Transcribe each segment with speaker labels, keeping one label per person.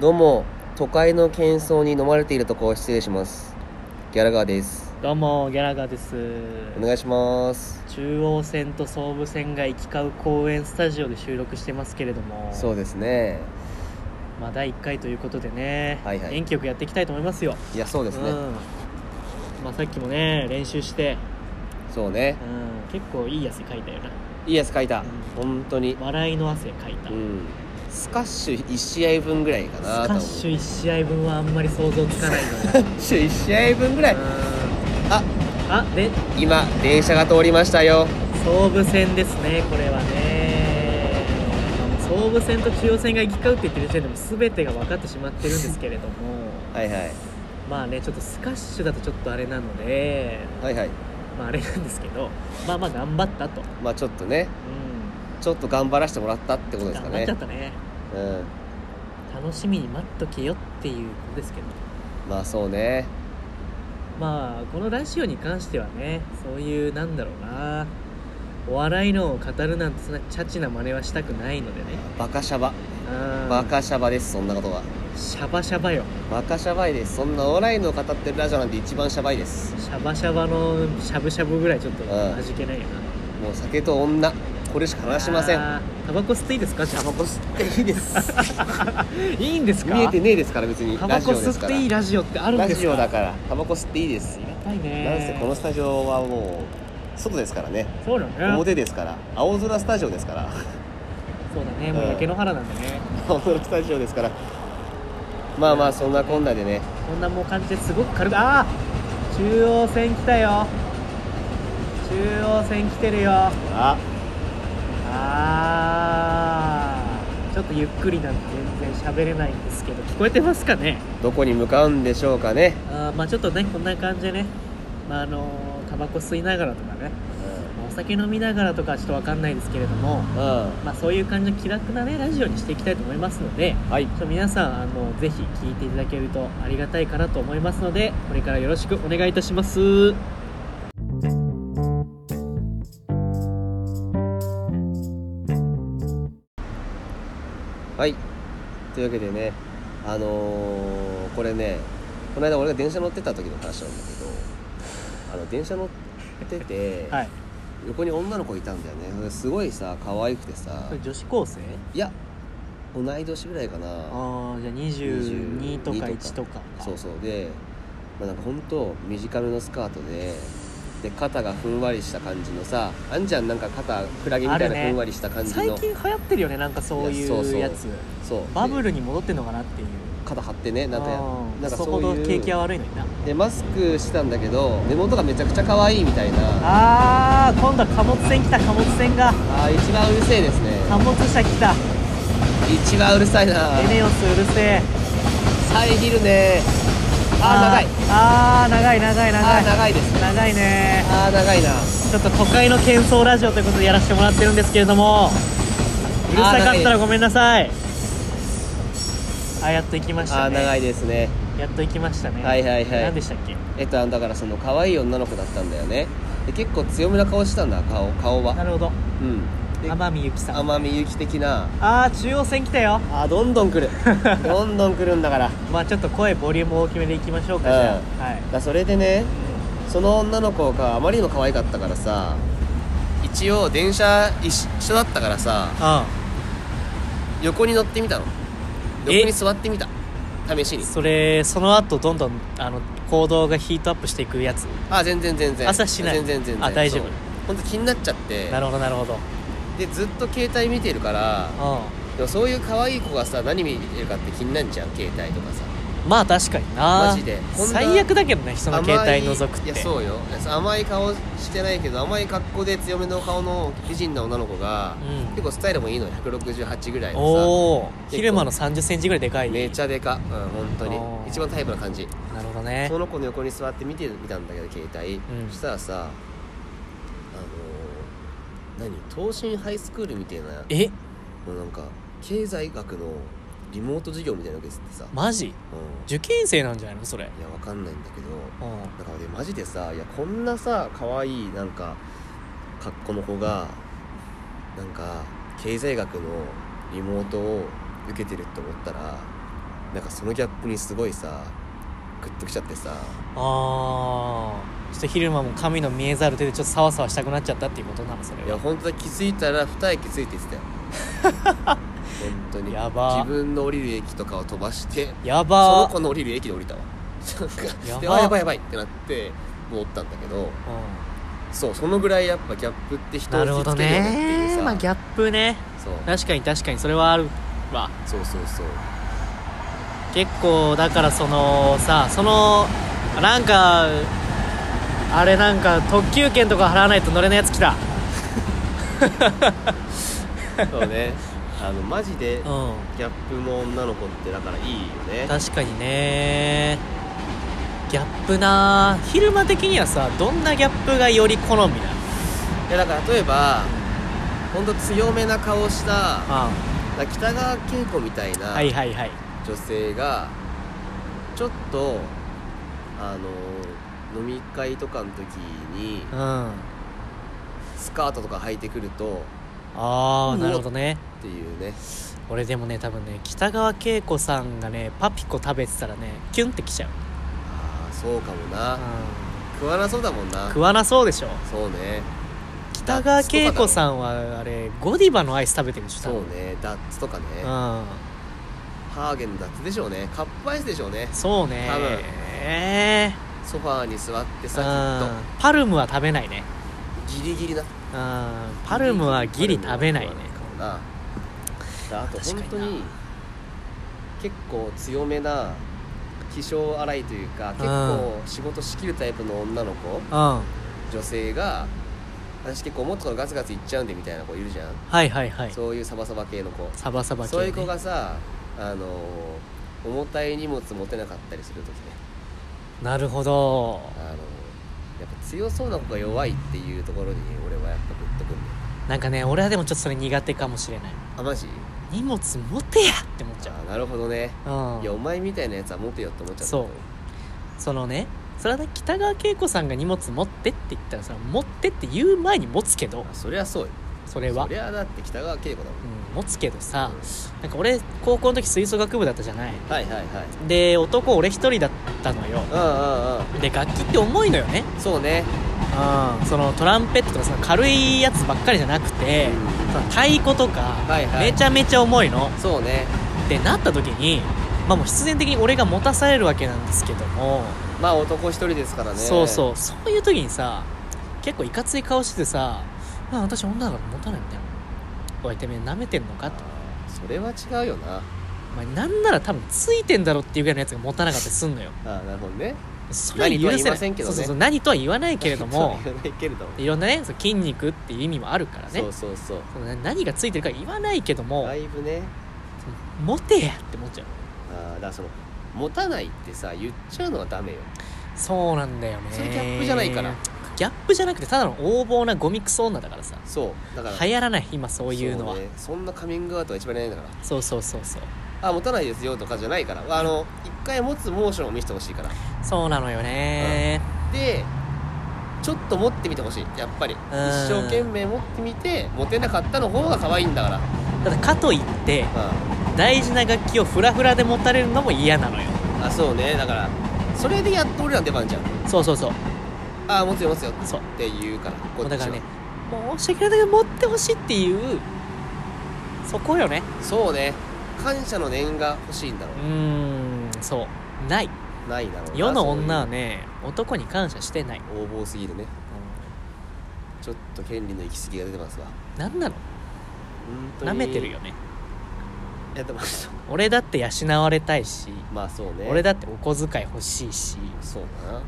Speaker 1: どうも都会の喧騒に飲まれているとこ失礼しますギャラガーです
Speaker 2: どうもギャラガーです
Speaker 1: お願いします
Speaker 2: 中央線と総武線が行き交う公園スタジオで収録してますけれども
Speaker 1: そうですね
Speaker 2: まあ第1回ということでね、
Speaker 1: はいはい
Speaker 2: 元気よくやっていきたいと思いますよ
Speaker 1: いやそうですね、
Speaker 2: うんまあ、さっきもね練習して、
Speaker 1: そうね
Speaker 2: うん、結構いい汗かいたよない
Speaker 1: いやつ書いた、
Speaker 2: うん
Speaker 1: 本当に
Speaker 2: 笑いの汗かいた、
Speaker 1: うんスカッシュ1試合分ぐらいか
Speaker 2: ス
Speaker 1: な
Speaker 2: カ
Speaker 1: と
Speaker 2: ッ
Speaker 1: 思う
Speaker 2: シュ1試合分はあんまり想像つかないのよ
Speaker 1: シュ1試合分ぐらいあ
Speaker 2: あで
Speaker 1: 今電車が通りましたよ
Speaker 2: 総武線ですねこれはね総武線と中央線が行き交うって言ってる時点でも全てが分かってしまってるんですけれども
Speaker 1: はいはい
Speaker 2: まあねちょっとスカッシュだとちょっとあれなので
Speaker 1: はいはい
Speaker 2: まああれなんですけどまあまあ頑張ったと、う
Speaker 1: まあちょっとね
Speaker 2: ん、
Speaker 1: ちょっと頑張らせてもらったってことですか
Speaker 2: 頑張っ
Speaker 1: ね
Speaker 2: ちゃったね
Speaker 1: うん
Speaker 2: 楽しみに待っとけよっていうことですけど
Speaker 1: まあそうね
Speaker 2: まあこのラジオに関してはねそういうなんだろうなお笑いのを語るなんてそんなチャチな真似はしたくないのでね
Speaker 1: バカシャバ
Speaker 2: うん
Speaker 1: バカシャバですそんなことは
Speaker 2: シャバシャバよ
Speaker 1: バカシャバいですそんなオーライの語ってるラジオなんて一番シャバいです
Speaker 2: シャバシャバのしゃぶしゃぶぐらいちょっと
Speaker 1: ん
Speaker 2: 弾けないよ
Speaker 1: もう酒と女これしか
Speaker 2: な、
Speaker 1: 話しません
Speaker 2: あータバコ吸っていいですかタバコ吸
Speaker 1: いいです
Speaker 2: いいんですか
Speaker 1: 見えてねえですから別に
Speaker 2: タ
Speaker 1: ラ
Speaker 2: バ
Speaker 1: ジ
Speaker 2: コ
Speaker 1: オです
Speaker 2: 吸
Speaker 1: か
Speaker 2: っ
Speaker 1: ら
Speaker 2: ていいラジオってあるん
Speaker 1: ラ
Speaker 2: です
Speaker 1: ジ
Speaker 2: か
Speaker 1: オだからタバコ吸っていいです
Speaker 2: ありがたいね
Speaker 1: なんせこのスタジオはもう外ですからね
Speaker 2: そうだね
Speaker 1: 表ですから青空スタジオですから
Speaker 2: そうだねもう焼け野原なんでね、
Speaker 1: 青空スタジオですからまあまあそんなこんなでね
Speaker 2: こんなもう感じですごく軽くああ中央線来たよ中央線来てるよあ
Speaker 1: あ
Speaker 2: あーちょっとゆっくりなんて全然喋れないんですけど聞こえてますかね
Speaker 1: どこに向かうんでしょうかね、
Speaker 2: あーまあちょっとねこんな感じでねまああのータバコ吸いながらとかねまあお酒飲みながらとかはちょっとわかんないですけれど
Speaker 1: うん、
Speaker 2: も
Speaker 1: は
Speaker 2: まあそういう感じの気楽なねラジオにしていきたいと思いますので
Speaker 1: い
Speaker 2: ちょっと皆さんあのぜひ聞いていただけるとありがたいかなと思いますのでこれからよろしくお願いいたします
Speaker 1: はいというわけでねあのーこれねこの間俺が電車乗ってた時の話なんだけどあの電車乗ってて、
Speaker 2: はい
Speaker 1: 横に女の子いたんだよねすごいさ可愛くてさ
Speaker 2: 女子高生
Speaker 1: いや同い年ぐらいかな
Speaker 2: ああじゃあ22とか1とか
Speaker 1: そうそうで、まあ、なんかほんと短めのスカートでで肩がふんわりした感じのさあんじゃんなんか肩クラゲみたいな
Speaker 2: あるね
Speaker 1: ふんわりした感じの、
Speaker 2: 最近流行ってるよねなんかそうい
Speaker 1: いやそうそうう
Speaker 2: やつ
Speaker 1: そう
Speaker 2: バブ
Speaker 1: で
Speaker 2: ルに戻ってんのかなっていう
Speaker 1: 肩張ってねなんか
Speaker 2: うん
Speaker 1: なんか
Speaker 2: そ
Speaker 1: そ
Speaker 2: こ
Speaker 1: う
Speaker 2: の
Speaker 1: い
Speaker 2: 景
Speaker 1: う
Speaker 2: 気は悪いのにな
Speaker 1: でマスクしてたんだけど目元がめちゃくちゃ可愛いみたいなあ
Speaker 2: あー今度は貨物船来た貨物船が
Speaker 1: ー一番うるせえですね
Speaker 2: 貨物車来た
Speaker 1: 一番うるさいな
Speaker 2: エネオスうるせえ
Speaker 1: 遮るねあー長い
Speaker 2: あー長い長い長
Speaker 1: あ
Speaker 2: い
Speaker 1: ー長いですね
Speaker 2: 長いね
Speaker 1: あー長いな
Speaker 2: ちょっと都会の喧騒ラジオということでやらせてもらってるんですけれどもうるさかったらごめんなさいあやっと行きましたね
Speaker 1: あー長いですね
Speaker 2: やっと行きましたね
Speaker 1: はいはいはい
Speaker 2: 何でしたっけ
Speaker 1: えっとあのだからその可愛い女の子だったんだよねで結構強めな顔してたんだ顔顔
Speaker 2: な
Speaker 1: は
Speaker 2: るほど
Speaker 1: うんで
Speaker 2: 天海祐希さんあ
Speaker 1: 天海祐希的な
Speaker 2: あー中央線来たよ
Speaker 1: あーどんどん来るどんどん来るんだからだか
Speaker 2: まあちょっと声ボリューム大きめでいきましょうかじ
Speaker 1: う
Speaker 2: ゃ
Speaker 1: ん
Speaker 2: あはい
Speaker 1: らそれでねその女の子があまりにも可愛かったからさ一応電車一緒だったからさ
Speaker 2: あ
Speaker 1: 横に乗ってみたの
Speaker 2: え
Speaker 1: 横に座ってみた試しに
Speaker 2: それその後どんどんあの行動がヒートアップしていくやつ
Speaker 1: あ全然全然
Speaker 2: 朝しない
Speaker 1: 全然全然
Speaker 2: あ大丈夫
Speaker 1: 本当気になっちゃって
Speaker 2: なるほどなるほど
Speaker 1: でずっと携帯見てるから
Speaker 2: う
Speaker 1: でもそういう可愛い子がさ何見てるかって気になるじゃん携帯とかさ
Speaker 2: んまあ確かにな
Speaker 1: マジでこんな
Speaker 2: 最悪だけどね人の携帯覗く
Speaker 1: 甘
Speaker 2: っ
Speaker 1: いい
Speaker 2: て
Speaker 1: やそうよ甘い顔してないけど甘い格好で強めの顔の美人な女の子が、
Speaker 2: うん
Speaker 1: 結構スタイルもいいのよ168ぐらいの
Speaker 2: おお
Speaker 1: 構
Speaker 2: 昼間の3 0センチぐらいでか
Speaker 1: さ
Speaker 2: い
Speaker 1: めちゃでかうん本当に
Speaker 2: あー
Speaker 1: 一番タイプな感じ
Speaker 2: なるほどね
Speaker 1: その子の横に座って見てみたんだけど携帯、
Speaker 2: うん
Speaker 1: そしたらさあのー何東進ハイスクールみたいなも
Speaker 2: え
Speaker 1: うなんか経済学のリモート授業みたいなの受けててさ、う
Speaker 2: マジ
Speaker 1: ん、
Speaker 2: 受験生なんじゃないのそれ
Speaker 1: いやわかんないんだけど
Speaker 2: うん
Speaker 1: だからねマジでさいやこんなさ可愛いなんか格好の子がなんか経済学のリモートを受けてるって思ったらなんかそのギャップにすごいさグッときちゃってさ
Speaker 2: ああちょっと昼間も神の見えざる手でちょっとサワサワしたくなっちゃったっていうことなのそれ
Speaker 1: いや
Speaker 2: は
Speaker 1: 本当は気づいたら二駅ついてきたよ 本当に
Speaker 2: やば
Speaker 1: 自分の降りる駅とかを飛ばして
Speaker 2: や
Speaker 1: その
Speaker 2: ばー
Speaker 1: 子の降りる駅で降りたわなんか
Speaker 2: やば
Speaker 1: であやばいやばいってなって戻ったんだけどそうそのぐらいやっぱギャップって
Speaker 2: うん
Speaker 1: 人を
Speaker 2: な
Speaker 1: 引
Speaker 2: るほ
Speaker 1: き
Speaker 2: ど
Speaker 1: つけるよねっていう
Speaker 2: ね
Speaker 1: さ、
Speaker 2: まあギャップね
Speaker 1: そう
Speaker 2: 確かに確かにそれはあるわ
Speaker 1: そうそうそう
Speaker 2: 結構だからそのさそのなんかあれなんか特急券とか払わないと乗れないやつ来た
Speaker 1: そうねあのマジで
Speaker 2: う
Speaker 1: ギャップの女の子ってだからいいよね
Speaker 2: ん確かにねギャップな昼間的にはさどんなギャップがより好みなの
Speaker 1: いやだから例えばほんと強めな顔した
Speaker 2: あ
Speaker 1: だから北川景子みたいな
Speaker 2: はいはいはい
Speaker 1: 女性がちょっとあの飲み会とかの時に
Speaker 2: うんあ
Speaker 1: スカートとか履いてくると
Speaker 2: あー
Speaker 1: うん
Speaker 2: なるほどね
Speaker 1: っていうね
Speaker 2: 俺でもね多分ね北川景子さんがねパピコ食べてたらねキュンってきちゃう、
Speaker 1: ああそうかも
Speaker 2: う、
Speaker 1: なん食わなそうだもんな
Speaker 2: 食わなそうでしょ
Speaker 1: そうね
Speaker 2: 北川景子さんはあれゴディバのアイス食べてるでしょ多
Speaker 1: そ
Speaker 2: 分
Speaker 1: うねダッツとかね
Speaker 2: うん
Speaker 1: ハーゲンのダッツでしょうねカップアイスでしょうね
Speaker 2: そうね
Speaker 1: 多分
Speaker 2: え
Speaker 1: ソファーに座って
Speaker 2: え
Speaker 1: さ
Speaker 2: うんパルムは食べないね
Speaker 1: きっとギリギリな
Speaker 2: うんパルムはギリ食べない
Speaker 1: パルムは
Speaker 2: ね
Speaker 1: 食わないかもなあと
Speaker 2: 確かに
Speaker 1: 本
Speaker 2: な
Speaker 1: 当に結構強めな気性荒いというか結構仕事しきるタイプの女の子
Speaker 2: うんは
Speaker 1: 女性が私結構もっところガツガツいっちゃうんでみたいな子いるじゃん、
Speaker 2: いはいはい
Speaker 1: そういうサバサバ系の子、
Speaker 2: サバサバ系、ね、
Speaker 1: そういう子がさあの重たい荷物持てなかったりするときね
Speaker 2: なるほど
Speaker 1: あのやっぱ強そうな子が弱いっていうところに俺はやっぱグッとくるんだよ
Speaker 2: なんかね俺はでもちょっとそれ苦手かもしれない
Speaker 1: あマジ
Speaker 2: 荷物持てやって思っちゃ
Speaker 1: あなるほどね
Speaker 2: う
Speaker 1: いや
Speaker 2: う
Speaker 1: お
Speaker 2: ん
Speaker 1: 前みたいなやつは持てよって思っちゃった
Speaker 2: そうそのねそれはね北川景子さんが荷物持ってって言ったらさ持ってって言う前に持つけど
Speaker 1: あそりゃそうよ
Speaker 2: それは
Speaker 1: そりゃだって北川景子だもん
Speaker 2: うん、持つけどさなんか俺高校の時吹奏楽部だったじゃない
Speaker 1: はいはいはい
Speaker 2: で男俺一人だったのよ
Speaker 1: うんうんうん
Speaker 2: で楽器って重いのよね
Speaker 1: そうね
Speaker 2: うんそのトランペットとかその軽いやつばっかりじゃなくてその太鼓とか
Speaker 1: はいはい
Speaker 2: めちゃめちゃ重いの
Speaker 1: そうね
Speaker 2: ってなった時にまあもう必然的に俺が持たされるわけなんですけども
Speaker 1: まあ男一人ですからね
Speaker 2: そう
Speaker 1: う
Speaker 2: そうそういう時にさ結構いかつい顔しててさ「あ私女だから持たない」みたいな「おいてめえ舐めてんのか?」って
Speaker 1: それは違うよな
Speaker 2: まあ、なんなら多分ついてんだろっていうぐらいのやつが持たなかったりすんのよ
Speaker 1: あなるほどね
Speaker 2: それは許せな
Speaker 1: 何とは言いま
Speaker 2: い
Speaker 1: せんけどね
Speaker 2: そうそうそう何とは言わないけれども
Speaker 1: 言わないけれども
Speaker 2: いろんなねその筋肉っていう意味もあるから
Speaker 1: そ
Speaker 2: ね
Speaker 1: うそうそう
Speaker 2: そのね何がついてるか言わないけども、
Speaker 1: だいぶね
Speaker 2: 持てやって思っちゃう
Speaker 1: あーだからその持たないってさ言っちゃうのはダメよ
Speaker 2: そうなんだよね
Speaker 1: それギャップじゃないから
Speaker 2: ギャップじゃなくてただの横暴なゴミクソ女だからさ
Speaker 1: そうだから
Speaker 2: 流行らない今そういうのは
Speaker 1: そねそんなカミングアウトが一番いないんだから
Speaker 2: そうそうそうそう
Speaker 1: あ持たないですよとかじゃないからあの一回持つモーションを見せてほしいから
Speaker 2: そうなのよね、
Speaker 1: でちょっと持ってみてほしいやっぱり一生懸命持ってみて持てなかったの方が可愛いんだから
Speaker 2: ただかといって
Speaker 1: う
Speaker 2: 大事な楽器をフラフラで持たれるのも嫌なのよ
Speaker 1: んあそうねだからそれでやっと俺らの出番じゃん
Speaker 2: そうそうそう
Speaker 1: あ持つよ持つよっ
Speaker 2: そう
Speaker 1: て言うからこっち
Speaker 2: だ
Speaker 1: は
Speaker 2: からね申し訳ないんだけど持ってほしいっていうそこよね
Speaker 1: そうね感謝の念が欲しいんだろ
Speaker 2: うーんそうないう
Speaker 1: ないだろうな
Speaker 2: 世の女は
Speaker 1: そう
Speaker 2: ね男に感謝してない、
Speaker 1: いう横暴すぎるねちょっと権利の行き過ぎが出てますわ
Speaker 2: なんなの
Speaker 1: な
Speaker 2: 舐めてるよね
Speaker 1: いやでも
Speaker 2: 俺だって養われたいし、
Speaker 1: まあそうね
Speaker 2: 俺だってお小遣い欲しいし、
Speaker 1: そうだな
Speaker 2: うん、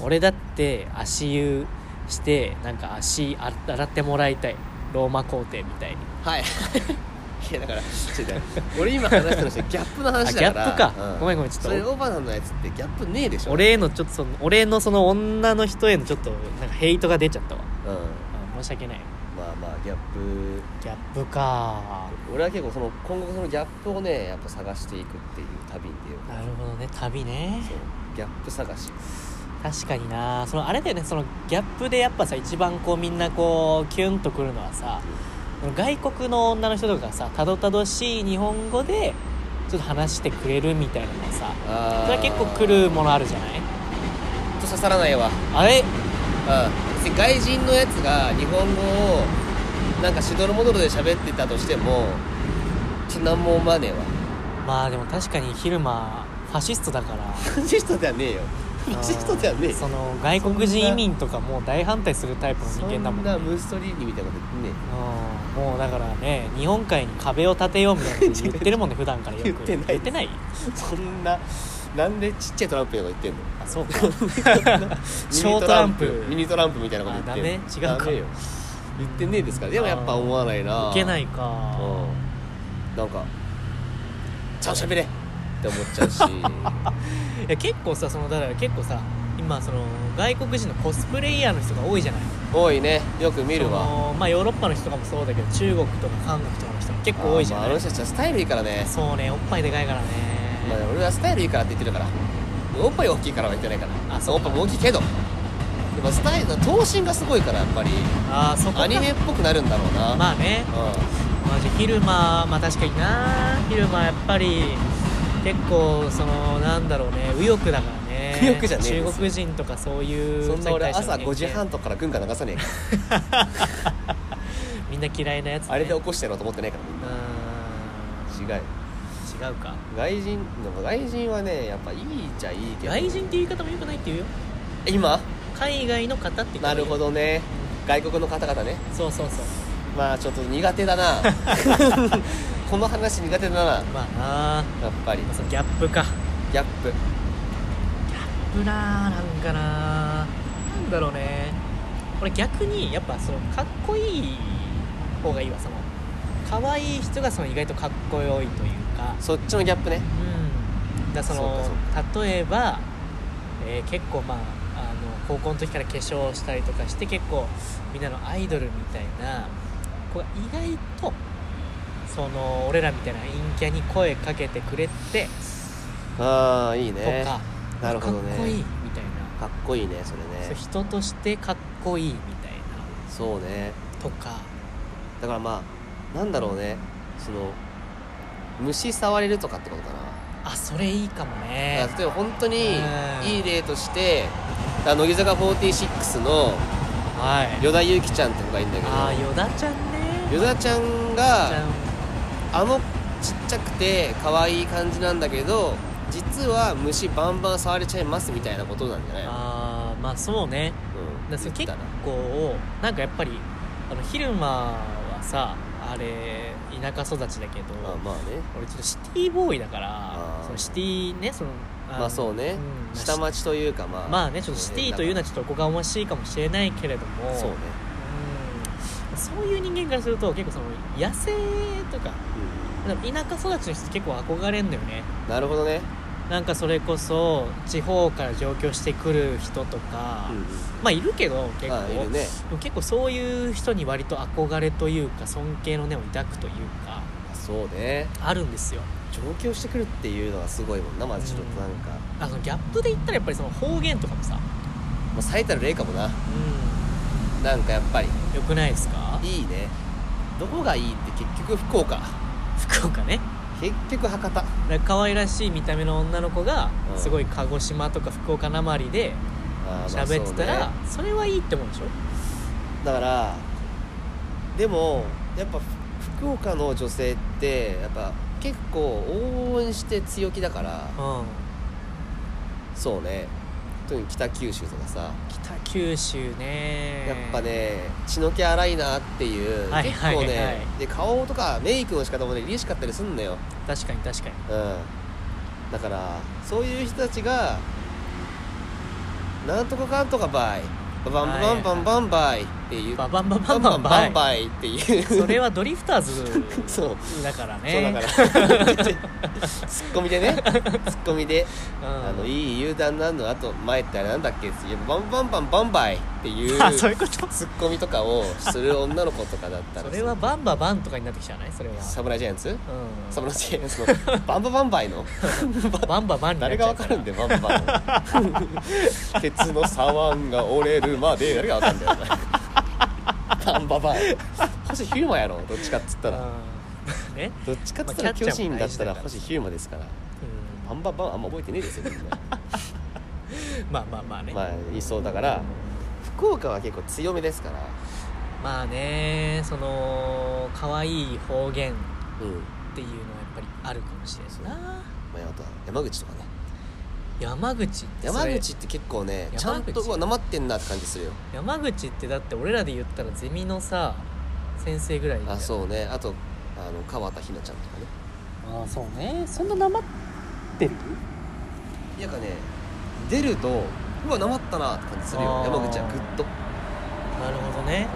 Speaker 2: 俺だって足湯してなんか足あ洗ってもらいたいローマ皇帝みたいに
Speaker 1: はい いやだからちょっと待って俺今話したのはギャップの
Speaker 2: あ
Speaker 1: 話
Speaker 2: ギ
Speaker 1: だ
Speaker 2: ャ
Speaker 1: から
Speaker 2: ップか、
Speaker 1: うん
Speaker 2: ごめんごめんち
Speaker 1: そ
Speaker 2: ょっ
Speaker 1: れ
Speaker 2: と
Speaker 1: オバナのやつってギャップねえでしょ
Speaker 2: 俺へのちょっとその俺のその女の人へのちょっとなんかヘイトが出ちゃったわ
Speaker 1: うん
Speaker 2: うん申し訳ない
Speaker 1: まあまあギャップ
Speaker 2: ギャップか
Speaker 1: 俺は結構その今後そのギャップをねやっぱ探していくっていう旅に出よう
Speaker 2: なるほどね旅ね
Speaker 1: そうギャップ探し
Speaker 2: 確かになそのあれだよねそのギャップでやっぱさ一番こうみんなこうキュンとくるのはさ外国の女の人とかがさたどたどしい日本語でちょっと話してくれるみたいなのがさ
Speaker 1: あ
Speaker 2: それは結構
Speaker 1: ち
Speaker 2: 来るものあるじゃない
Speaker 1: ょっと刺さらないわ
Speaker 2: あれ
Speaker 1: うん、外人のやつが日本語をなんかしどろもどろで喋ってたとしてもちょっと何も思わねえわ
Speaker 2: まあでも確かに昼間ファシストだから
Speaker 1: ファシストではねえよ ファシストではねえ
Speaker 2: うん
Speaker 1: よ
Speaker 2: その外国人移民とかもう大反対するタイプの人
Speaker 1: そ
Speaker 2: 間だも
Speaker 1: ん
Speaker 2: んね
Speaker 1: なムーストリーニみたいなこと言ってね
Speaker 2: うんもうだからね日本海に壁を建てようみたいなこと言ってるもんね普段からよく
Speaker 1: 言ってない
Speaker 2: 言ってない
Speaker 1: えそんななんでちっちゃいトランプとか言ってんの
Speaker 2: あそう か超トランプ
Speaker 1: ミニトランプみたいなこと言ってんの
Speaker 2: あダメ違うか
Speaker 1: ダメよ言ってねえですからでもやっぱ思わないない
Speaker 2: けないいか
Speaker 1: うんなんかちゃんと喋れって思っちゃう し
Speaker 2: いや結構さそのだから結構さ今その外国人のコスプレイヤーの人が多いじゃない
Speaker 1: 多いねよく見るわ
Speaker 2: そのまあヨーロッパの人とかもそうだけど中国とか韓国とかの人も結構多いじゃ
Speaker 1: あーまああ
Speaker 2: な
Speaker 1: の人
Speaker 2: い
Speaker 1: たちはスタイルいいからね、
Speaker 2: そうねおっぱいでかいからね
Speaker 1: まあ、俺はスタイルいいからって言ってるからおっぱい大きいからは言ってないから
Speaker 2: あそう
Speaker 1: おっぱいも大きいけどでもスタイル頭身がすごいからやっぱり
Speaker 2: ああそこか
Speaker 1: アニメっぽくなるんだろうな、
Speaker 2: まあねまあじゃあ昼間まあ確かにな昼間やっぱり結構そのなんだろうね右翼だからね
Speaker 1: 右翼じゃねえですよ、
Speaker 2: 中国人とかそういううん
Speaker 1: そんな俺
Speaker 2: 人に対して
Speaker 1: 朝
Speaker 2: の
Speaker 1: 5時半とかから軍が流さねえ から
Speaker 2: みんな嫌いなやつ、ね、
Speaker 1: あれで起こしてやろうと思ってないから
Speaker 2: うー
Speaker 1: みんな違うん
Speaker 2: 違うか
Speaker 1: 外人でも外人はねやっぱいいっちゃいいけど
Speaker 2: 外人っていう言い方もよくないって言うよ
Speaker 1: 今
Speaker 2: 海外の方って言う
Speaker 1: なるほどね外国の方々ね
Speaker 2: そうそうそう
Speaker 1: まあちょっと苦手だ なこの話苦手だなやっ
Speaker 2: まあ
Speaker 1: ぱり
Speaker 2: なそのギャップか
Speaker 1: ギャップ
Speaker 2: ギャップななんかななんだろうね俺逆にやっぱそのかっこいい方がいいわその可愛い人がその意外とかっこよいというか
Speaker 1: そっちのギャップね
Speaker 2: うんだからそ
Speaker 1: そうか
Speaker 2: の
Speaker 1: そ
Speaker 2: 例えば、えー結構まああの高校の時から化粧したりとかして結構みんなのアイドルみたいな子が意外とその俺らみたいな陰キャに声かけてくれて
Speaker 1: ああいい
Speaker 2: と
Speaker 1: ね
Speaker 2: か、
Speaker 1: なるほどね
Speaker 2: かっこいいみたいな、
Speaker 1: かっこいいねそれ
Speaker 2: そう
Speaker 1: ね
Speaker 2: 人としてかっこいいみたい
Speaker 1: そうね
Speaker 2: なとか
Speaker 1: だからまあなんだろうねその虫触れるとかってことかな、
Speaker 2: あそれいいかもね
Speaker 1: だから例えば本当に
Speaker 2: うん
Speaker 1: いい例としてだから乃木坂46の
Speaker 2: はい
Speaker 1: 依田祐希ちゃんって子がいいんだけ
Speaker 2: ああ
Speaker 1: ど
Speaker 2: よだちゃんね
Speaker 1: 依田ちゃん
Speaker 2: ちゃ
Speaker 1: が
Speaker 2: ん
Speaker 1: あのちっちゃくて可愛い感じなんだけど実は虫バンバン触れちゃいますみたいなことなんじゃないの
Speaker 2: ああまあそうね
Speaker 1: うん
Speaker 2: だからそれ
Speaker 1: 言っ
Speaker 2: 結
Speaker 1: たら
Speaker 2: 構なんかやっぱりあの昼間はさあれ田舎育ちだけど
Speaker 1: まあまあね
Speaker 2: 俺ちょっとシティボーイだから
Speaker 1: あー
Speaker 2: そのシティねそのの
Speaker 1: まあそうね、
Speaker 2: うん
Speaker 1: 下町というかまあ
Speaker 2: まあねちょっとシティというのはちょっとおこがましいかもしれないけれども
Speaker 1: そうね、
Speaker 2: うんそういう人間からすると結構その野生とかでも田舎育ちの人結構憧れんだよね
Speaker 1: うん、なるほどね、
Speaker 2: なんかそれこそ地方から上京してくる人とか、まあいるけど結構、
Speaker 1: まあいるね
Speaker 2: でも結構そういう人に割と憧れというか尊敬の念を抱くというか
Speaker 1: そうね
Speaker 2: あるんですよ
Speaker 1: 上京してくるっていうのがすごいもんなまずちょっとなんか、ま
Speaker 2: あのギャップで言ったらやっぱりその方言とかもさ
Speaker 1: あ、最たる例かもな
Speaker 2: う
Speaker 1: なんかやっぱり
Speaker 2: んよくないですか
Speaker 1: いいねどこがいいって結局福岡
Speaker 2: 福岡ね
Speaker 1: 結局博多
Speaker 2: だから可愛らしい見た目の女の子が
Speaker 1: うん
Speaker 2: すごい鹿児島とか福岡なまりで
Speaker 1: あーまあ
Speaker 2: 喋ってたら
Speaker 1: そうね
Speaker 2: それはいいって思うでしょ
Speaker 1: だからでもやっぱ福岡の女性ってやっぱ結構応援して強気だから
Speaker 2: うん
Speaker 1: そうね特に北九州とかさ
Speaker 2: 北九州ね
Speaker 1: やっぱね血の気荒いなっていう、
Speaker 2: はいはいは
Speaker 1: 結
Speaker 2: い
Speaker 1: 構ねで顔とかメイクの仕方もね凛しかったりすんのよ、
Speaker 2: 確かに確かに
Speaker 1: うん、だからそういう人たちがなんとかかんとかばいババンバンバンバンバイっていう
Speaker 2: ババンババンバンバ
Speaker 1: バ
Speaker 2: ン
Speaker 1: ン
Speaker 2: バ
Speaker 1: バイっていう
Speaker 2: イそれはドリフターズ
Speaker 1: そう
Speaker 2: だからね
Speaker 1: そうだからツッコミでねツッコミで
Speaker 2: うん
Speaker 1: あのいい油断なんのあと前ってあれなんだっけいやバンバンバンバンバイっていう
Speaker 2: あそういうこと
Speaker 1: ツッコミとかをする女の子とかだったら
Speaker 2: それはバンババンとかになってきちゃわないそれは、
Speaker 1: サムライジャイアンツサム
Speaker 2: う
Speaker 1: ライジャイアンツのバンババンバイの
Speaker 2: ん、バンババンになっ
Speaker 1: 誰
Speaker 2: ちゃ
Speaker 1: がわ
Speaker 2: うか
Speaker 1: からるんでバン バン鉄の左腕が折れるまで誰がわかるんだよお前バンババン星ヒューマンやろどっちかっつったら
Speaker 2: うんね、
Speaker 1: どっちかって言った
Speaker 2: まあ
Speaker 1: ら
Speaker 2: キャ
Speaker 1: 巨
Speaker 2: ッチャー
Speaker 1: 人
Speaker 2: も
Speaker 1: だ
Speaker 2: 大
Speaker 1: っ
Speaker 2: 事
Speaker 1: た
Speaker 2: だから
Speaker 1: ら星飛雄馬ですから
Speaker 2: う
Speaker 1: バンバンバンあんま覚えてねえですよみんな
Speaker 2: ん、まあまあまあね、
Speaker 1: まあいそうだから福岡は結構強めですから
Speaker 2: まあねその可愛い方言
Speaker 1: う
Speaker 2: っ
Speaker 1: ん
Speaker 2: ていうのはやっぱりあるかもしれないな
Speaker 1: まあ、あとは山口とかね
Speaker 2: 山口ってそ
Speaker 1: 山
Speaker 2: れ
Speaker 1: 口って結構ねちゃ
Speaker 2: 山
Speaker 1: ん
Speaker 2: 口
Speaker 1: とうわなまってんなって感じするよ
Speaker 2: 山口ってだって俺らで言ったらゼミのさ先生ぐらい
Speaker 1: あ
Speaker 2: う
Speaker 1: そうねあとあの川田ひなちゃんとかね
Speaker 2: ああそうねそんななまってる
Speaker 1: なんかね出るとうわなまったなって感じするよ
Speaker 2: あー
Speaker 1: 山口はグッと
Speaker 2: なるほどね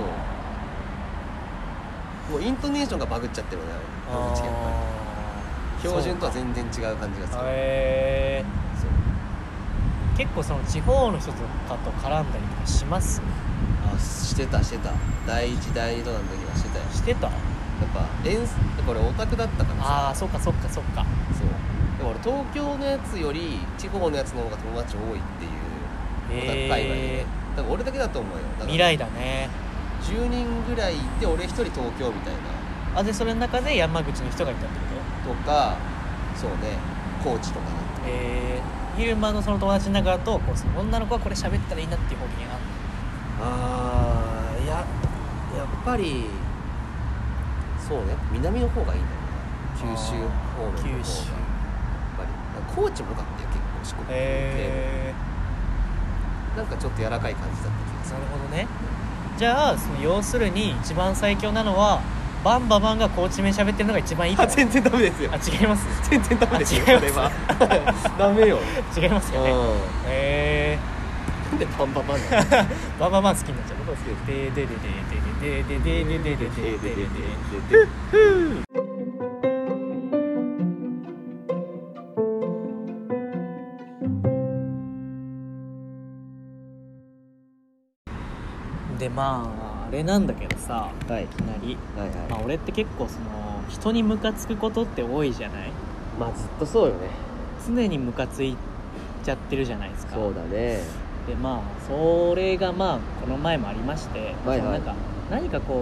Speaker 1: うんもうイントネーションがバグっちゃってるよね山口県は
Speaker 2: あー
Speaker 1: 標準とは全然違う感じがす
Speaker 2: そ
Speaker 1: る
Speaker 2: うへえ
Speaker 1: そう
Speaker 2: 結構その地方の人とかと絡んだりとかします
Speaker 1: あしてたしてた第一第二とかの時はしてたよ
Speaker 2: してた
Speaker 1: やっぱ遠征これオタクだったからさ
Speaker 2: ああそっかそっかそっか
Speaker 1: そうでも俺東京のやつより地方のやつの方が友達多いっていうオタク界隈でね
Speaker 2: へえ
Speaker 1: だから俺だけだと思うよだか
Speaker 2: 未
Speaker 1: ら
Speaker 2: 来だね
Speaker 1: 10人ぐらいいて俺1人東京みたいな
Speaker 2: あでそれの中で山口の人がいたってこ
Speaker 1: と
Speaker 2: と
Speaker 1: かそうね高知とかね
Speaker 2: えー、昼間のその友達の中だとこうその女の子はこれ喋ったらいいなっていう方言あんの
Speaker 1: あーいややっぱりそうね南の方がいいんだよな九州方面の方が
Speaker 2: 九州
Speaker 1: やっぱり高知もよかったよ結構四国で、
Speaker 2: へ
Speaker 1: なんかちょっと柔らかい感じだった気が
Speaker 2: ー、
Speaker 1: す
Speaker 2: な
Speaker 1: る
Speaker 2: るほどねじゃあその要するに一番最強なのはバンババンが高知弁喋ってるのが一番いいと
Speaker 1: あ全然ダメですよ
Speaker 2: あ違います
Speaker 1: 全然ダメですよ
Speaker 2: あ違い
Speaker 1: こ
Speaker 2: ま
Speaker 1: れ
Speaker 2: す
Speaker 1: はダメよ
Speaker 2: 違いますよね
Speaker 1: う
Speaker 2: へえ
Speaker 1: んなんでパンパンパンなの
Speaker 2: ー、バンババン好きになっちゃう
Speaker 1: 僕は好きです
Speaker 2: でででででででででででで
Speaker 1: でで
Speaker 2: で
Speaker 1: で
Speaker 2: で
Speaker 1: で
Speaker 2: で
Speaker 1: でで
Speaker 2: でまああれなんだけどさ
Speaker 1: はい
Speaker 2: いきなり、
Speaker 1: はい
Speaker 2: まあ、
Speaker 1: は
Speaker 2: 俺って結構その人にムカつくことって多いじゃない
Speaker 1: いまあずっとそうよね
Speaker 2: 常にムカついちゃってるじゃないですか
Speaker 1: そうだね
Speaker 2: でまあそれがまあこの前もありまして、
Speaker 1: はいはい
Speaker 2: そのなんか何かこ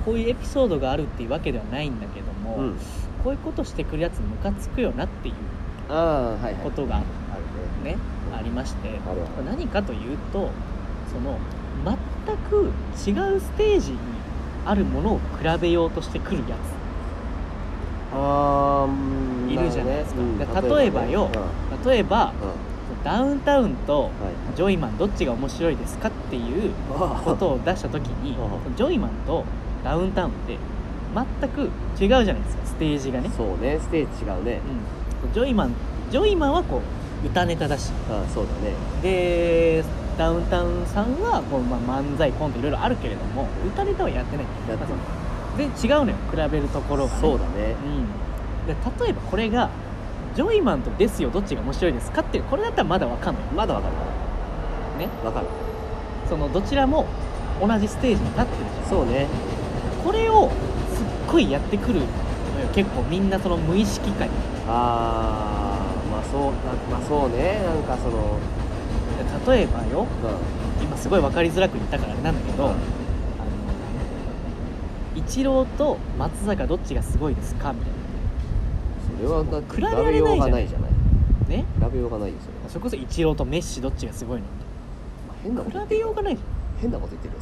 Speaker 2: うこういうエピソードがあるっていうわけではないんだけども、
Speaker 1: うん
Speaker 2: こういうことしてくるやつムカつくよなっていう
Speaker 1: ああはいはい
Speaker 2: ことが
Speaker 1: あるね
Speaker 2: ね、ありまして
Speaker 1: あるある
Speaker 2: 何かというとその全く違うステージにあるものを比べようとしてくるや
Speaker 1: あー
Speaker 2: いるじゃないですかだから例えば
Speaker 1: う
Speaker 2: よ
Speaker 1: んうん
Speaker 2: つ例えば
Speaker 1: は
Speaker 2: ダウンタウンと
Speaker 1: い
Speaker 2: ジョイマンどっちが面白いですかっていうことを出した時に
Speaker 1: う
Speaker 2: ジョイマンとダウンタウンって全く違うじゃないですかステージがね、
Speaker 1: そうねステージ違うね
Speaker 2: うん、ジョイマンジョイマンはこう歌ネタだし
Speaker 1: ああそうだね
Speaker 2: でダウンタウンさんはこう、まあ、漫才コントいろいろあるけれども歌ネタはやってない
Speaker 1: やってる
Speaker 2: で違うのよ比べるところが、ね、
Speaker 1: そうだね
Speaker 2: うん、で例えばこれがジョイマンとですよどっちが面白いですかっていうこれだったらまだわかんない
Speaker 1: まだわかる
Speaker 2: ね
Speaker 1: わかる
Speaker 2: そのどちらも同じステージに立ってるじ
Speaker 1: そうね
Speaker 2: ゃんこれをすっごいやってくるのよ結構みんなその無意識化に
Speaker 1: ああまあそうなまあそうねなんかその
Speaker 2: で例えばよ
Speaker 1: う
Speaker 2: 今すごい分かりづらく言ったからあれなんだけど、
Speaker 1: うん
Speaker 2: あのイチローと松坂どっちがすごいですかみたい
Speaker 1: んそれはだって
Speaker 2: 比べられないじゃん
Speaker 1: 比べようがないじゃない
Speaker 2: なね
Speaker 1: 比べようがないよそれは
Speaker 2: それこそイチローとメッシどっちがすごいの
Speaker 1: まあ変なこと
Speaker 2: 比べようがないじ
Speaker 1: 変なこと言ってるよ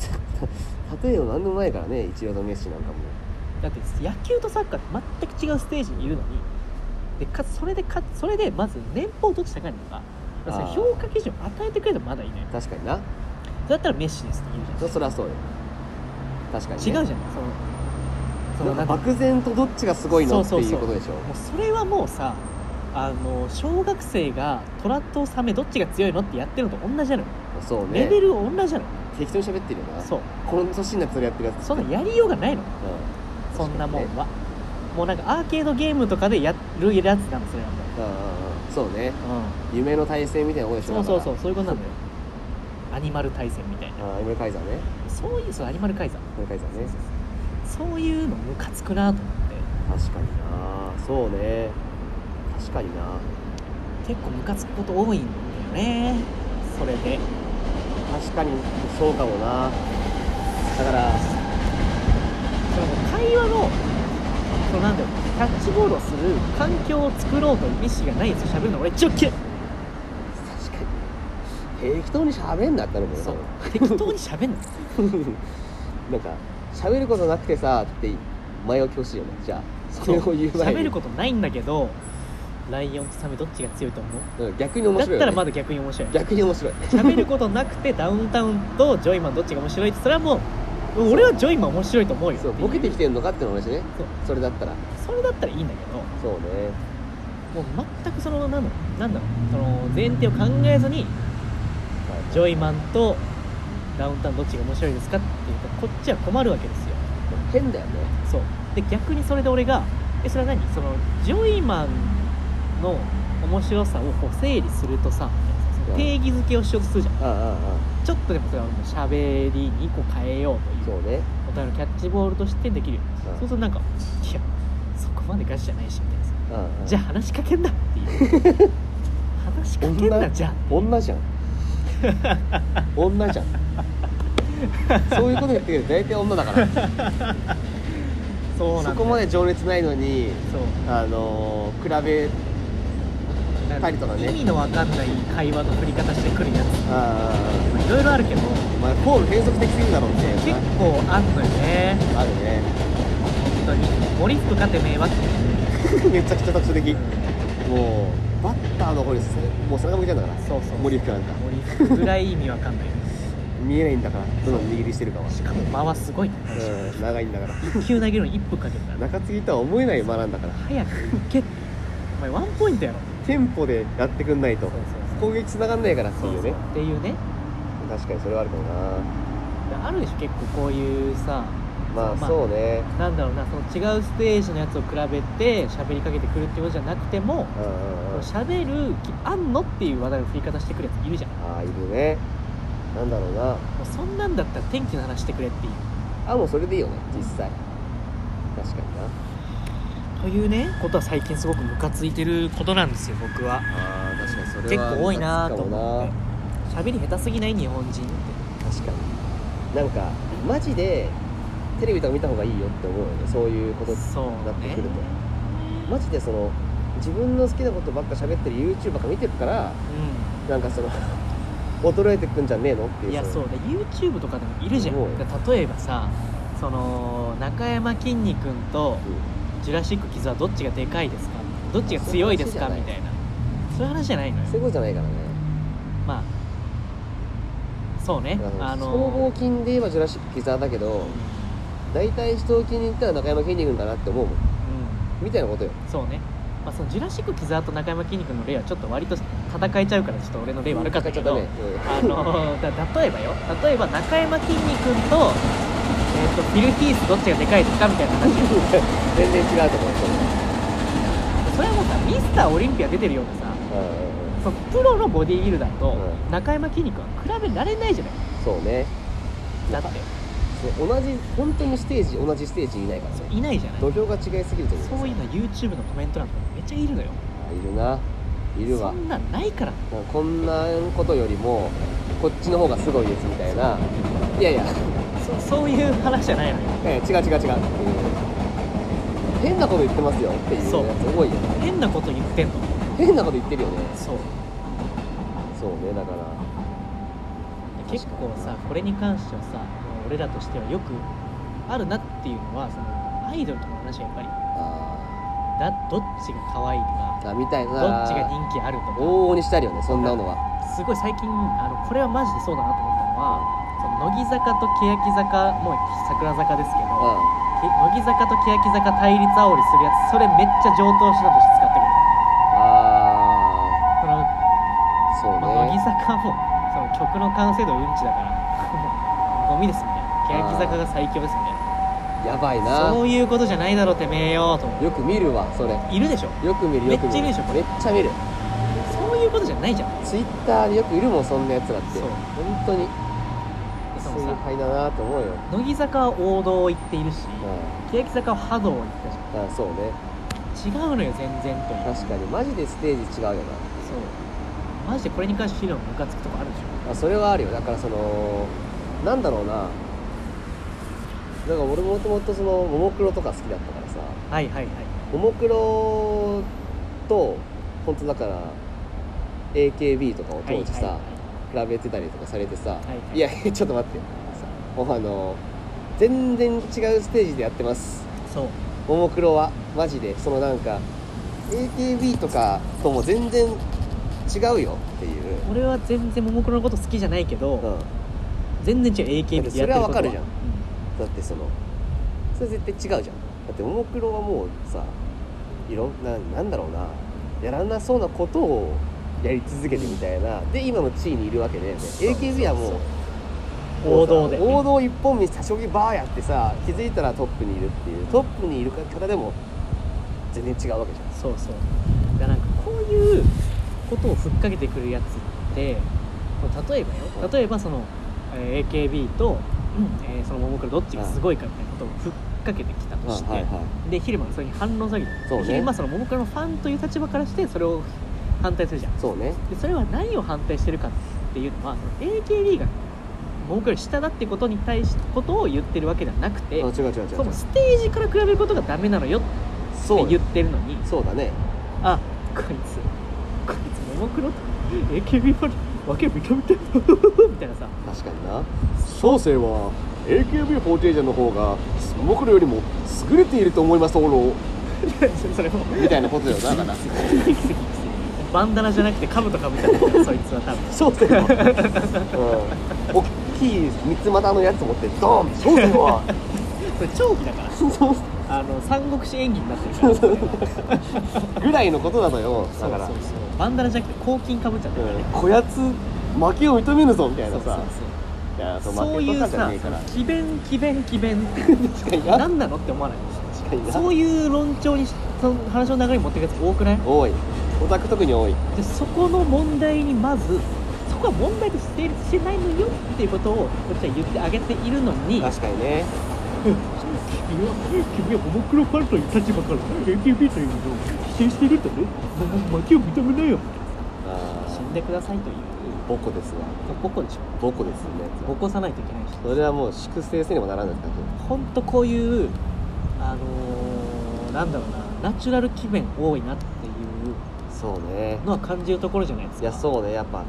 Speaker 1: それは 例えば何でもないからねイチローとメッシなんかも
Speaker 2: ゃんだって野球とサッカーって全く違うステージにいるのにでかつそれでかそれでまず年俸どっち高いのかだから
Speaker 1: あー
Speaker 2: その評価基準を与えてくれるとまだいいのよ
Speaker 1: 確かにな
Speaker 2: だったらメッシですって言う
Speaker 1: そそりゃそうよ確かに、
Speaker 2: じ
Speaker 1: ね、
Speaker 2: ゃん違うじゃんそのその
Speaker 1: なん
Speaker 2: な
Speaker 1: か
Speaker 2: んて
Speaker 1: 漠然とどっちがすごいのって
Speaker 2: そうそ
Speaker 1: い
Speaker 2: うそうう
Speaker 1: ことでしょ
Speaker 2: もうそれはもうさあの小学生がトラとサメどっちが強いのってやってるのと同じなのよ
Speaker 1: そうね
Speaker 2: レベル同じなのよ
Speaker 1: 適当に喋ってるよな
Speaker 2: そう
Speaker 1: この年になってそれやってるやつ
Speaker 2: そんなやりよう がないの
Speaker 1: うん
Speaker 2: そんなもん
Speaker 1: 確か
Speaker 2: はもうなんかアーケードゲームとかでやるやつなのそれはも
Speaker 1: にねうんうんうんそうね
Speaker 2: う、
Speaker 1: 夢の対戦みたいなことでしょ
Speaker 2: そうそうそううそういうことなんだよアニマル対戦みたいな
Speaker 1: ああ夢のカイザーね
Speaker 2: そういうそうアニマル改ざん
Speaker 1: 夢のカイザーね
Speaker 2: そういうのムカつくなと思って
Speaker 1: 確かになそうね確かにな
Speaker 2: 結構ムカつくこと多いんだよねそれで
Speaker 1: 確かにそうかもなだから
Speaker 2: その会話のそうなんだよキャッチボールをする環境を作ろうという意思がないんですよ喋るの俺一応嫌い
Speaker 1: 確かに適当に喋んなったのも
Speaker 2: そう
Speaker 1: 多
Speaker 2: 適当に喋んの
Speaker 1: 分 なんか喋ることなくてさって前置き欲しいよねじゃあ それを言う前に
Speaker 2: 喋ることないんだけどライオンとサメどっちが強いと思う
Speaker 1: うん逆に面
Speaker 2: だ
Speaker 1: 白
Speaker 2: っ
Speaker 1: い
Speaker 2: た
Speaker 1: よ、
Speaker 2: ら
Speaker 1: ね、
Speaker 2: まだ逆に面白い
Speaker 1: 逆に面白い
Speaker 2: 喋ることなくてダウンタウンとジョイマンどっちが面白いってそれはもう俺はジョイマン面白いと思うよ
Speaker 1: そうボケてきてるのかっての話ね
Speaker 2: そう
Speaker 1: それだったら
Speaker 2: それだったらいいんだけど
Speaker 1: そうね
Speaker 2: もう全くそのなんだなんだろうその前提を考えずにジョイマンとダウンタウンどっちが面白いですかっていうとこっちは困るわけですよ
Speaker 1: 変だよね
Speaker 2: そうで逆にそれで俺がえそれは何そのジョイマンの面白さをこう整理するとさその定義づけをしようとするじゃん
Speaker 1: ああああ
Speaker 2: ちょっとでもそれはもう喋りにこう変えようという
Speaker 1: そうね
Speaker 2: お互いのキャッチボールとしてできるよ、
Speaker 1: うん
Speaker 2: そうするとなんか「いやそこまでガチじゃないし」みた
Speaker 1: ああ
Speaker 2: いなさ
Speaker 1: ああ
Speaker 2: じゃあ話しかけんな」っていう 話しかけんな
Speaker 1: 女
Speaker 2: じゃあ
Speaker 1: 女 じゃん女じゃんそういうこと言ってくる大体女だ から
Speaker 2: そうなんだ
Speaker 1: そ
Speaker 2: よ
Speaker 1: こまで情熱ないのに
Speaker 2: そう
Speaker 1: あのー比べ
Speaker 2: なん
Speaker 1: パリとかね
Speaker 2: 意味のわかんない会話の振り方してくるやつ
Speaker 1: ああ
Speaker 2: いろいろあるけど
Speaker 1: お前フォール変則的すぎるだろうって
Speaker 2: 結構あんのよね
Speaker 1: ある ね
Speaker 2: 本当に「森福かてめえは」って
Speaker 1: めちゃくちゃ特徴的もうバッターの方にすもう背中向いてんだから
Speaker 2: そうそう
Speaker 1: 森福なんか
Speaker 2: 森福ぐらい意味わかんないよ
Speaker 1: 見えないんだからどの握りしてるかは
Speaker 2: しかも間はすごいね
Speaker 1: うん長いんだから
Speaker 2: 1球投げるのに1分かけるから
Speaker 1: 中継ぎとは思えない間なんだから
Speaker 2: 早く行けってお前ワンポイントやろ
Speaker 1: テンポでやってくんないと攻撃繋がんないからって
Speaker 2: そう
Speaker 1: い
Speaker 2: そう
Speaker 1: うね
Speaker 2: っていうね
Speaker 1: 確かにそれはあるかもな
Speaker 2: あるでしょ結構こういうさ
Speaker 1: ま
Speaker 2: ま
Speaker 1: あ
Speaker 2: あ
Speaker 1: そうね
Speaker 2: なんだろうなその違うステージのやつを比べて喋りかけてくるってことじゃなくても
Speaker 1: うんうんうん
Speaker 2: 喋る気あんのっていう話題の振り方してくるやついるじゃんも
Speaker 1: ああいるねなんだろうな
Speaker 2: うそんなんだったら天気の話してくれっていう
Speaker 1: あもうそれでいいよね実際確かにな
Speaker 2: というねことは最近すごくムカついてることなんですよ僕
Speaker 1: あ
Speaker 2: は
Speaker 1: ー確かにそ
Speaker 2: 結
Speaker 1: れは
Speaker 2: 構多いなと
Speaker 1: ムカ
Speaker 2: 思って喋り下手すぎない日本人って
Speaker 1: つかもな確かになんかマジでテレビとか見た方がいいよって思うよねそういうことに
Speaker 2: そう
Speaker 1: なって
Speaker 2: ね
Speaker 1: くると、マジでその自分の好きなことばっか喋ってる YouTube ばっか見てるからなんかその 衰えてくんじゃねえのって
Speaker 2: う
Speaker 1: い
Speaker 2: ん
Speaker 1: うい
Speaker 2: いやそうで YouTube とかでもいるじゃん
Speaker 1: すごい
Speaker 2: 例えばさその中山きんに君とジュラシック・キズはどっちがでかいですかどっちが強いですか
Speaker 1: そういう話
Speaker 2: み
Speaker 1: じゃない
Speaker 2: たいなそういう話じゃないのよ
Speaker 1: そういうことじゃないからね
Speaker 2: まあそうねあ
Speaker 1: 総
Speaker 2: の
Speaker 1: 合金で言えばジュラシック・キザーだけど大体人を気に入ったら中山筋肉だなって思うもん
Speaker 2: う
Speaker 1: みたいなことよ
Speaker 2: んそうねまあそのジュラシック・キザーと中山きんに君の例はちょっと割と戦えちゃうからちょっと俺の例悪かったけど、
Speaker 1: 戦っちゃダメうん
Speaker 2: あ のだ例えばよ例えば中山きんに君と,、えー、とビル・ヒースどっちがでかいですかみたいな話
Speaker 1: 全然違うと思う
Speaker 2: それはもうさミスターオリンピア出てるようなさ
Speaker 1: うんうんうん
Speaker 2: そのプロのボディービルダーと
Speaker 1: う
Speaker 2: 中山きんに君は比べられないじゃない
Speaker 1: そうね
Speaker 2: だって
Speaker 1: そう同じ本当にステージ同じステージにいないからね
Speaker 2: いないじゃない
Speaker 1: 土俵が違いすぎるというか
Speaker 2: そういうの YouTube のコメント欄とかめっちゃいるのよ
Speaker 1: あいるないる
Speaker 2: そ
Speaker 1: わ
Speaker 2: んなんないから
Speaker 1: なんかこんなことよりもこっちの方がすごいですみたいないやいや
Speaker 2: そそういう話じゃないのよ
Speaker 1: ええ違う違う違うっていう変なこと言ってますよっていうやつ
Speaker 2: そう
Speaker 1: 多いよ
Speaker 2: 変なこと言ってんの
Speaker 1: 変なこと言ってるよね
Speaker 2: そう
Speaker 1: そうねだから
Speaker 2: 結構さこれに関してはさ俺らとしてはよくあるなっていうのはそのアイドルとかの話はやっぱり
Speaker 1: あ
Speaker 2: だどっちが可愛いと
Speaker 1: ー
Speaker 2: か
Speaker 1: あみたいな
Speaker 2: どっちが人気あるとか
Speaker 1: 往々にしたりよねそんなのは
Speaker 2: すごい最近あのこれはマジでそうだなと思ったのはその乃木坂と欅坂もう桜坂ですけど
Speaker 1: う
Speaker 2: け乃木坂と欅坂対立煽りするやつそれめっちゃ上等手段として使ってくる
Speaker 1: んあ
Speaker 2: その、
Speaker 1: ーそうね、
Speaker 2: まあ乃木坂もその曲の完成度うんちだから ゴミですみたいな欅坂が最強ですみたい
Speaker 1: やばいな
Speaker 2: なそういうことじゃないだろうてめえよと思
Speaker 1: よく見るわそれ
Speaker 2: ういるでしょ
Speaker 1: よく見るよく見る
Speaker 2: めっちゃいるでしょこ
Speaker 1: めっ
Speaker 2: れ
Speaker 1: ちゃ見る
Speaker 2: そういうことじゃないじゃん
Speaker 1: ツイッターでよくいるもんそんなやつらって
Speaker 2: そう
Speaker 1: 本当に
Speaker 2: でその
Speaker 1: 崇
Speaker 2: さ
Speaker 1: 拝だなと思うよ
Speaker 2: 乃木坂は王道を言っているし
Speaker 1: う
Speaker 2: 欅坂は波動を言ったじ
Speaker 1: んあそうね
Speaker 2: ゃん違うのよ全然という
Speaker 1: 確かにマジでステージ違うよな
Speaker 2: そうマジでこれに関してヒロのムカつくとこあるでしょ
Speaker 1: あそれはあるよだからそのなんだろうなだから俺もともとそのももクロとか好きだったからさ
Speaker 2: はいはいはい
Speaker 1: ももクロと本当だから AKB とかを当時さ、
Speaker 2: はい
Speaker 1: 比べてたりとかされてさ、
Speaker 2: いはい
Speaker 1: いや ちょっと待ってさもうあの全然違うステージでやってます
Speaker 2: そう
Speaker 1: ももクロはマジでそのなんか AKB とかとも全然違うよっていう、
Speaker 2: 俺は全然ももクロのこと好きじゃないけど、
Speaker 1: うん、だ
Speaker 2: 全然違う AKB ってやってること
Speaker 1: それはわかるじゃん
Speaker 2: う
Speaker 1: ってそのそれ絶対違うじゃんだってももクロはもうさいろんななんだろうなやらなそうなことをやり続けてみたいなで今の地位にいるわけで、ね、AKB はもう
Speaker 2: 王道で
Speaker 1: 王道一本道差し置きバーやってさ気づいたらトップにいるっていうトップにいる方でも全然違うわけじ
Speaker 2: そうそうだからなんかこういうことをふっかけてくるやつって例えばよ例えばその、えー AKB と、えーそのももクロどっちがすごいかみたいなことをふっかけてきたと
Speaker 1: ゃん
Speaker 2: して、
Speaker 1: は
Speaker 2: で昼間がそれに反論するわけじゃん
Speaker 1: そうね
Speaker 2: 昼間そのももクロのファンという立場からしてそれを反対するじゃん
Speaker 1: そうね
Speaker 2: でそれは何を反対してるかっていうのはその AKB がももクロより下だってことに対してことを言ってるわけではなく
Speaker 1: あ
Speaker 2: て
Speaker 1: 違う違う違う違う
Speaker 2: そのステージから比べることがダメなのよって
Speaker 1: そう
Speaker 2: 言ってるのに
Speaker 1: そうだね
Speaker 2: あこいつこいつももクロと AKB48 わけ認めてる みたいなさ
Speaker 1: 確かにな小生は AKB48 の方がモクロよりも優れていると思いますとろ
Speaker 2: それも
Speaker 1: みたいなことだよなだから
Speaker 2: バンダナじゃなくて兜かぶってるからそいつは多分
Speaker 1: 小生は、うん、大きい三つ股のやつ持ってドーン小生は
Speaker 2: それ長期だからあの三国志演技になってるからそれは
Speaker 1: ぐらいのことなのよ
Speaker 2: そ
Speaker 1: だ
Speaker 2: う
Speaker 1: から
Speaker 2: そうそうバンダナじゃなくて抗菌かぶっちゃってるからね
Speaker 1: こやつ負けを認めるぞみたいな
Speaker 2: そうそう
Speaker 1: さいや
Speaker 2: そう
Speaker 1: そ
Speaker 2: そう
Speaker 1: 負
Speaker 2: い
Speaker 1: け
Speaker 2: う
Speaker 1: とかじゃ
Speaker 2: さ
Speaker 1: ねえから
Speaker 2: 詭弁詭弁詭弁って
Speaker 1: 確かにな
Speaker 2: 何なのって思わないです
Speaker 1: 確かにな
Speaker 2: そういう論調にその話の流れに持っていくやつ多くない
Speaker 1: 多いオタク特に多い
Speaker 2: でそこの問題にまずそこは問題として成立してないのよっていうことをこっちは言ってあげているのに
Speaker 1: 確かにね
Speaker 2: 君は君はももクロファンという立場から AKB というのを否定しているとね負けを認めないよ
Speaker 1: あ
Speaker 2: 死んでくださいという
Speaker 1: ボコですわ
Speaker 2: ボコでしょ
Speaker 1: ボコですよね
Speaker 2: ボコさないといけないし
Speaker 1: それはもう粛清せねばならないですか
Speaker 2: 本当こういうあのー、なんだろうなナチュラル機弁多いなっていう
Speaker 1: そうね
Speaker 2: のは感じるところじゃないです
Speaker 1: い
Speaker 2: か
Speaker 1: やそうねやっぱ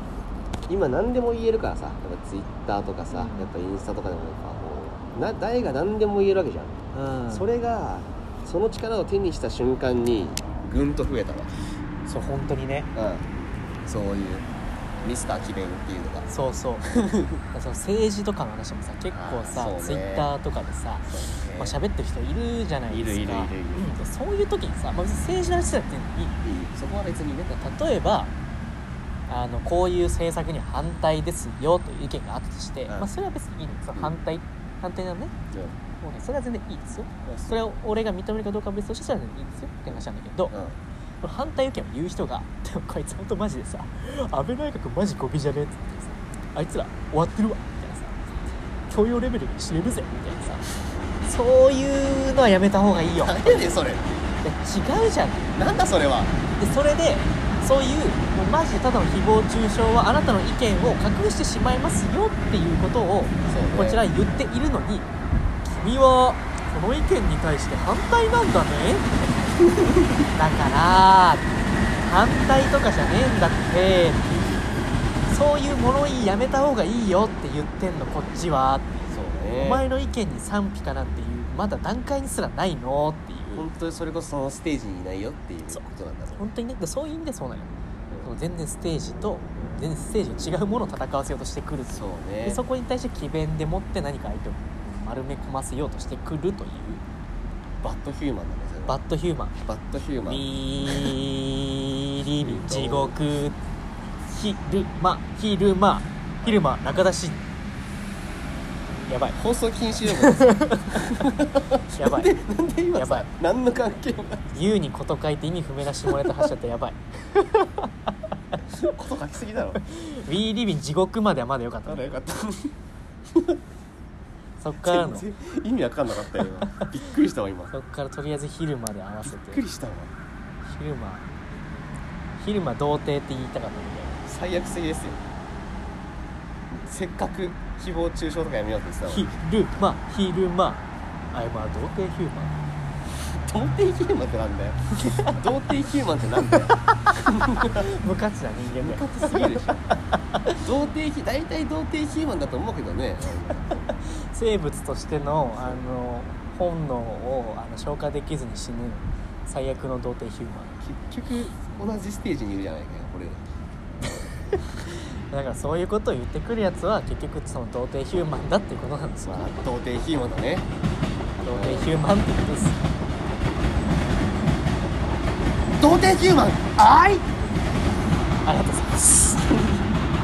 Speaker 1: 今何でも言えるからさやっぱツイッターとかさやっぱインスタとかでもやっぱもうな誰が何でも言えるわけじゃん、
Speaker 2: う、ん、
Speaker 1: それがその力を手にした瞬間にぐんと増えた
Speaker 2: そう本当にね
Speaker 1: わうんそういうミスター奇弁っていうのが
Speaker 2: そ うそうその政治とかの話もさ結構
Speaker 1: あ
Speaker 2: さ、
Speaker 1: ーそうね
Speaker 2: ツイッターとかでさ、
Speaker 1: そう
Speaker 2: まあ喋ってる人いるじゃないですか
Speaker 1: いるいるいるいる
Speaker 2: うんでそういう時にさ、まあ、別に政治の話だっていうのに
Speaker 1: そこは別にね
Speaker 2: 例えばあのこういう政策に反対ですよという意見があったとして、
Speaker 1: ん
Speaker 2: まあ、それは別にいいのその反対、反対なのねもうねそれは全然いいですよそれを俺が認めるかどうかは別としてそれは全然いいですよって話なんだけど、
Speaker 1: うん
Speaker 2: この反対意見を言う人が 「でもこいつほんとマジでさ安倍内閣マジゴビじゃねえ」っつってさ「あいつら終わってるわ」みたいなさ「教養レベルが知れるぜ」みたいなさそういうのはやめた方がいいよいや
Speaker 1: 何やねんそれ
Speaker 2: 違うじゃん
Speaker 1: なんだそれは
Speaker 2: でそれでそういうもうマジでただの誹謗中傷はあなたの意見を隠してしまいますよっていうことを
Speaker 1: そうね
Speaker 2: こちら言っているのに君はこの意見に対して反対なんだね だから反対とかじゃねえんだってそういう物言いやめた方がいいよって言ってんのこっちは、
Speaker 1: そうね
Speaker 2: お前の意見に賛否かなんていうまだ段階にすらないのっていう
Speaker 1: 本当にそれこそそのステージにいないよっていうことなんだろう
Speaker 2: 本当にねそういう意味でそうなのよその全然ステージと全然ステージの違うものを戦わせようとしてくる
Speaker 1: そう
Speaker 2: で
Speaker 1: ね
Speaker 2: そこに対して詭弁でもって何か相手を丸め込ませようとしてくるという
Speaker 1: バッドヒューマンだねそれは
Speaker 2: バッドヒューマン
Speaker 1: バッドヒューマン
Speaker 2: ビリビ地獄昼間昼間昼間中出しやばい
Speaker 1: 放送禁止用語です
Speaker 2: やば
Speaker 1: なん
Speaker 2: い
Speaker 1: でなんで今
Speaker 2: やば
Speaker 1: さ
Speaker 2: い
Speaker 1: 何の関係もない
Speaker 2: 言うにこと書いて意味不明な下ネタ発射って やばい
Speaker 1: こと書きすぎだろ
Speaker 2: ウィーリビン地獄まではまだよかった
Speaker 1: まだよかった
Speaker 2: そっからの
Speaker 1: 全然意味わかんなかったよ今 びっくりしたわ今び
Speaker 2: そっからとりあえず昼まで合わせ
Speaker 1: ってくりしたわ
Speaker 2: 昼間昼間童貞って言いたかったんだけど
Speaker 1: 最悪すぎですよせっかく誹謗中傷とかやめようって言ってたのに
Speaker 2: 昼間昼間あれまあ童貞ヒューマン
Speaker 1: 童貞ヒューマンってなんだよ 童貞ヒューマンってなんだよ
Speaker 2: 無価値な人間
Speaker 1: ム
Speaker 2: だ
Speaker 1: カ
Speaker 2: よ
Speaker 1: つすぎるでしょ童貞ヒ大体童貞ヒューマンだと思うけどね
Speaker 2: 生物としてのあの本能をあの消化できずに死ぬ最悪の童貞ヒューマン
Speaker 1: 結局同じステージにいるじゃないかよ俺ら
Speaker 2: だからそういうことを言ってくるやつは結局その童貞ヒューマンだっていうことなんですよ、
Speaker 1: まあ童貞ヒーマンだね
Speaker 2: 童貞ヒューマンってことです
Speaker 1: 童貞ヒューマンあい
Speaker 2: ありがとうございます